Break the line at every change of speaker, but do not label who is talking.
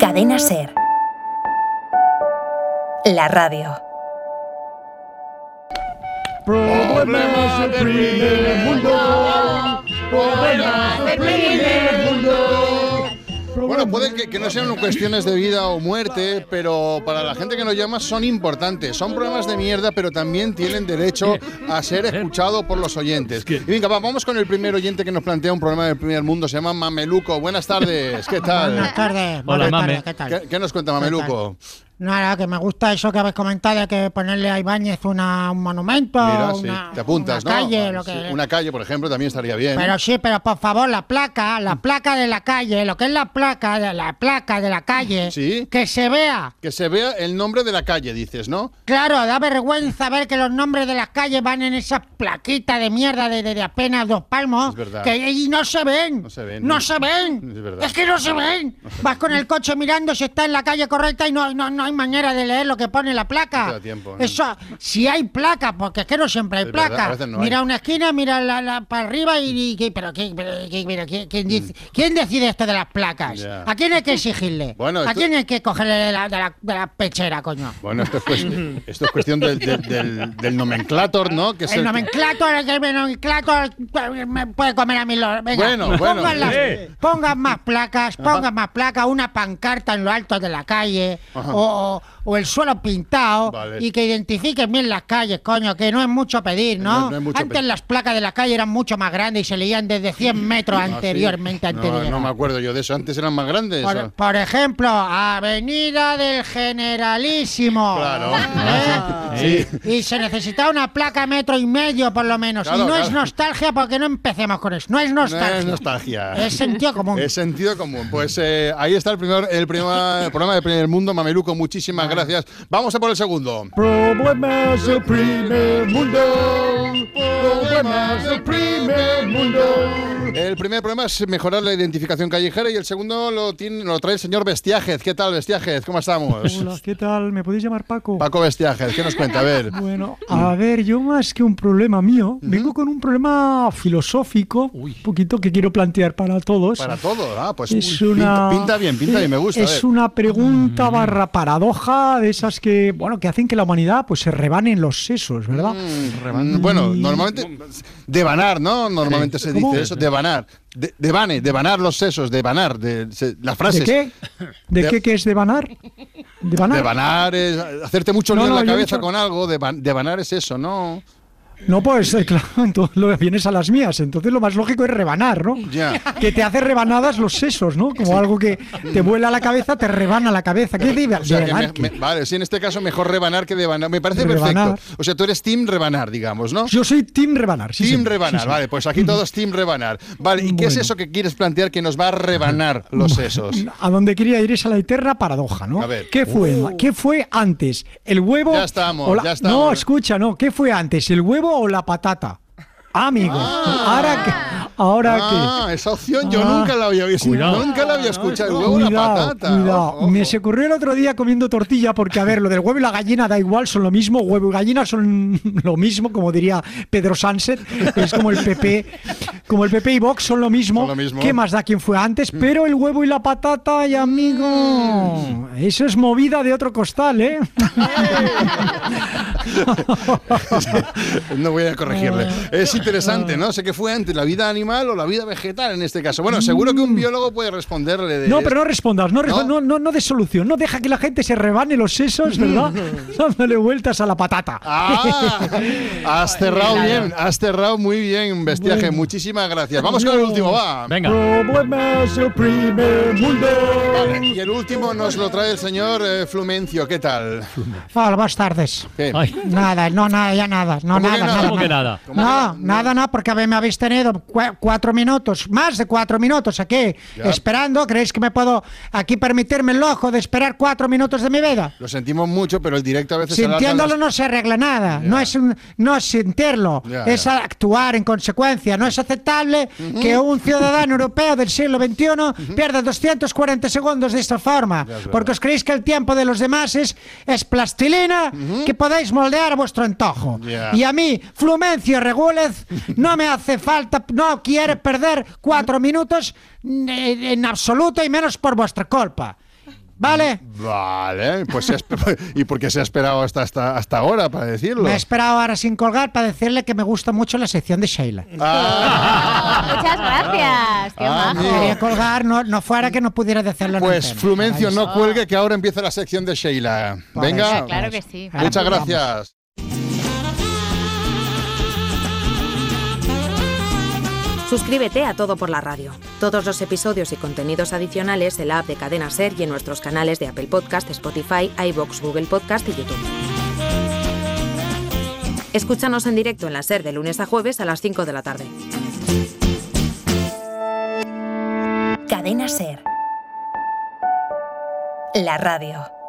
Cadena Ser. La radio.
Problemas del primer mundo. Problemas del primer mundo.
Bueno, puede que, que no sean cuestiones de vida o muerte, pero para la gente que nos llama son importantes. Son problemas de mierda, pero también tienen derecho a ser escuchado por los oyentes. Y venga, va, vamos con el primer oyente que nos plantea un problema del primer mundo. Se llama Mameluco. Buenas tardes, ¿qué tal?
Buenas tardes.
Hola,
buenas
mame.
tardes, ¿Qué tal?
¿Qué, qué nos cuenta Mameluco?
Nada, que me gusta eso que habéis comentado, de que ponerle a Ibáñez una, un monumento,
Mira, sí,
Oh, una,
te apuntas,
una
¿no?
calle, lo
Sí,
que...
Una calle, por ejemplo, también estaría bien.
Pero sí, pero por favor, la placa,
Mm.
la placa de la calle, lo que es la placa, de la placa de la calle,
Sí.
que se vea.
Que se vea el nombre de la calle, dices, ¿no?
Claro, da vergüenza ver que los nombres de las calles van en esas plaquitas de mierda de, de- de apenas dos palmos.
Es verdad.
Que, y no se ven.
No se ven.
No se ven.
Es verdad.
que no se ven. Vas con el coche mirando si está en la calle correcta y no, no, no hay manera de leer lo que pone la placa.
No te da tiempo, ¿no?
Eso, si hay placa, porque es que no siempre hay
Es verdad, a
placa.
veces no
mira
hay.
una esquina, mira la, la- para arriba y... y- que- pero, que- pero que- pero que- ¿quién, dice- quién decide esto de las placas?
Mm. Ya.
¿A quién hay que exigirle?
Bueno,
¿A
esto-
quién hay que cogerle de la, de la- de la pechera, coño?
Bueno, esto es, cuest- esto es cuestión del, del, del- del nomenclator, ¿no? Que es
El
el-
nomenclator, el nomenclator eh, me puede comer a mi loro. Venga,
Bueno, bueno.
pongan, las-
Eh.
pongan más placas, pongan más placas, una pancarta en lo alto de la calle
Ajá.
o, o- o el suelo pintado
Vale.
y que identifiquen bien las calles, coño, que no es mucho pedir, ¿no?
No, no es mucho
antes
pedir.
las placas de la calle eran mucho más grandes y se leían desde 100 metros
Ah, sí.
anteriormente. antes de
No, no
llegar.
me acuerdo yo de eso. Antes eran más grandes.
Por,
¿o?
por ejemplo, Avenida del Generalísimo.
Claro. Ah,
¿Eh? Y se necesita una placa metro y medio por lo menos.
Claro,
y no
claro.
es nostalgia porque no empecemos con eso. No es
No
nostalgia.
es nostalgia.
Es sentido común.
Es sentido común. Pues eh, ahí está el primer, el primer el programa de Primer Mundo, Mameluco. Muchísimas gracias. Vamos a por el segundo.
Problemas del primer mundo. Problemas del primer mundo.
El primer problema es mejorar la identificación callejera y el segundo lo, tiene, lo trae el señor Bestiájez. ¿Qué tal, Bestiájez? ¿Cómo estamos?
Hola, ¿qué tal? ¿Me podéis llamar Paco?
Paco Bestiájez, ¿qué nos cuenta? A ver.
Pues
Bueno, a ver, yo más que un problema mío, vengo con un problema filosófico, un poquito que quiero plantear para todos.
Para todo, ah, pues
es
uy, pinta,
una,
pinta bien, pinta bien, me gusta. a
Es
ver. Mm.
una pregunta barra paradoja de esas que, bueno, que hacen que la humanidad pues se rebane en los sesos, ¿verdad?
Mm, reban- Bueno, normalmente devanar, ¿no? Normalmente se dice
¿Cómo?
eso, devanar. De, devane, devanar los sesos, devanar, de, se- las frases.
¿De qué? ¿De,
De-
qué que es devanar? ¿Devanar?
Devanar es hacerte mucho
No,
lío
no,
en
yo
la
he
cabeza
dicho-
con algo, deva- devanar es eso, ¿no?
No, pues eh, claro, entonces lo vienes a las mías, entonces lo más lógico es rebanar, ¿no?
Ya.
que te hace rebanadas los sesos, ¿no? Como algo que te vuela la cabeza, te rebana la cabeza. ¿Qué dices?
O sea, que
Rebanar,
me- me- vale, sí, en este caso mejor rebanar que devanar. Me parece
Rebanar.
perfecto. O sea, tú eres team rebanar, digamos, ¿no?
que- Yo soy Team Rebanar. sí,
team
señor,
rebanar,
sí, señor.
vale, pues aquí todos team rebanar. Vale, ¿y qué es
Bueno.
eso que quieres plantear que nos va a rebanar los sesos?
A donde quería ir es a la eterna paradoja, ¿no?
A ver. Uh.
¿Qué fue, ¿Qué fue antes? ¿El huevo?
Ya estamos,
o la-
ya estamos.
No, escucha, no. ¿Qué fue antes? ¿El huevo o la patata? Amigo, ahora que. Ahora
Ah,
que
esa opción yo
Ah.
nunca la había visto,
Cuidado.
nunca la había escuchado. El huevo, la patata.
cuidado.
Ojo, ojo.
Me se ocurrió el otro día comiendo tortilla porque, a ver, lo del huevo y la gallina da igual, son lo mismo. Huevo y gallina son lo mismo, como diría Pedro Sánchez. Es como el PP, como el PP y Vox son lo mismo.
Son lo mismo. Mm.
¿Qué más da quién fue antes? Pero el huevo y la patata, y amigo,
Mm.
eso es movida de otro costal, ¿eh?
No voy a corregirle.
Ah.
Es interesante, ¿no? Sé que fue antes la vida animal o la vida vegetal en este caso. Bueno, seguro que un biólogo puede responderle de
Mm. No, pero no respondas, no, respo- no,
¿No?
no, no des solución, no deja que la gente se rebane los sesos, ¿verdad? Dándole vueltas a la patata.
Ah, has cerrado bien, has cerrado muy bien, bestiaje. Muchísimas gracias. Vamos con el último, va.
Venga.
Problemas del primer mundo.
Vale, y el último nos lo trae el señor eh, Flumencio. ¿Qué tal?
Ah, buenas tardes.
¿Qué?
Ay,
Nada, no, nada, ya nada. No,
¿Cómo que
nada,
nada?
nada,
¿Cómo que nada?
¿Cómo que
Ah.
No, nada, no, porque a ver, me habéis tenido cua- cuatro minutos, más de cuatro minutos aquí,
Ya.
esperando. ¿Creéis que me puedo aquí permitirme el ojo de esperar cuatro minutos de mi vida?
Lo sentimos mucho, pero el directo a veces se alarga
Sintiéndolo
las-
no se arregla nada. No es un- no es sentirlo,
Ya,
es
ya.
actuar en consecuencia. No es aceptable que un ciudadano europeo del siglo XXI pierda 240 segundos de esta forma,
es verdad.
porque os creéis que el tiempo de los demás es, es plastilina que podéis moldear a vuestro antojo.
Ya.
Y a mí, Flumencio Regúlez, no me hace falta, no quiere eh, perder cuatro minutos en, en absoluto y menos por vuestra culpa. ¿Vale?
Vale, pues se ha esper- ¿y por qué se ha esperado hasta, hasta, hasta ahora para decirlo?
Me he esperado ahora sin colgar para decirle que me gusta mucho la sección de Sheila.
Ah.
Muchas gracias. Qué
Ah,
majo.
amigo.
Quería colgar, no, no fuera que no pudiera decirlo. en
Pues
antena.
Flumencio, no cuelgue que ahora empieza la sección de Sheila.
Por
Venga,
eso,
Claro que sí.
Ahora
muchas
empezamos.
gracias.
Suscríbete a Todo por la Radio. Todos los episodios y contenidos adicionales en la app de Cadena Ser y en nuestros canales de Apple Podcast, Spotify, iBox, Google Podcast y YouTube. Escúchanos en directo en la Ser de lunes a jueves a las 5 de la tarde. Cadena Ser. La radio.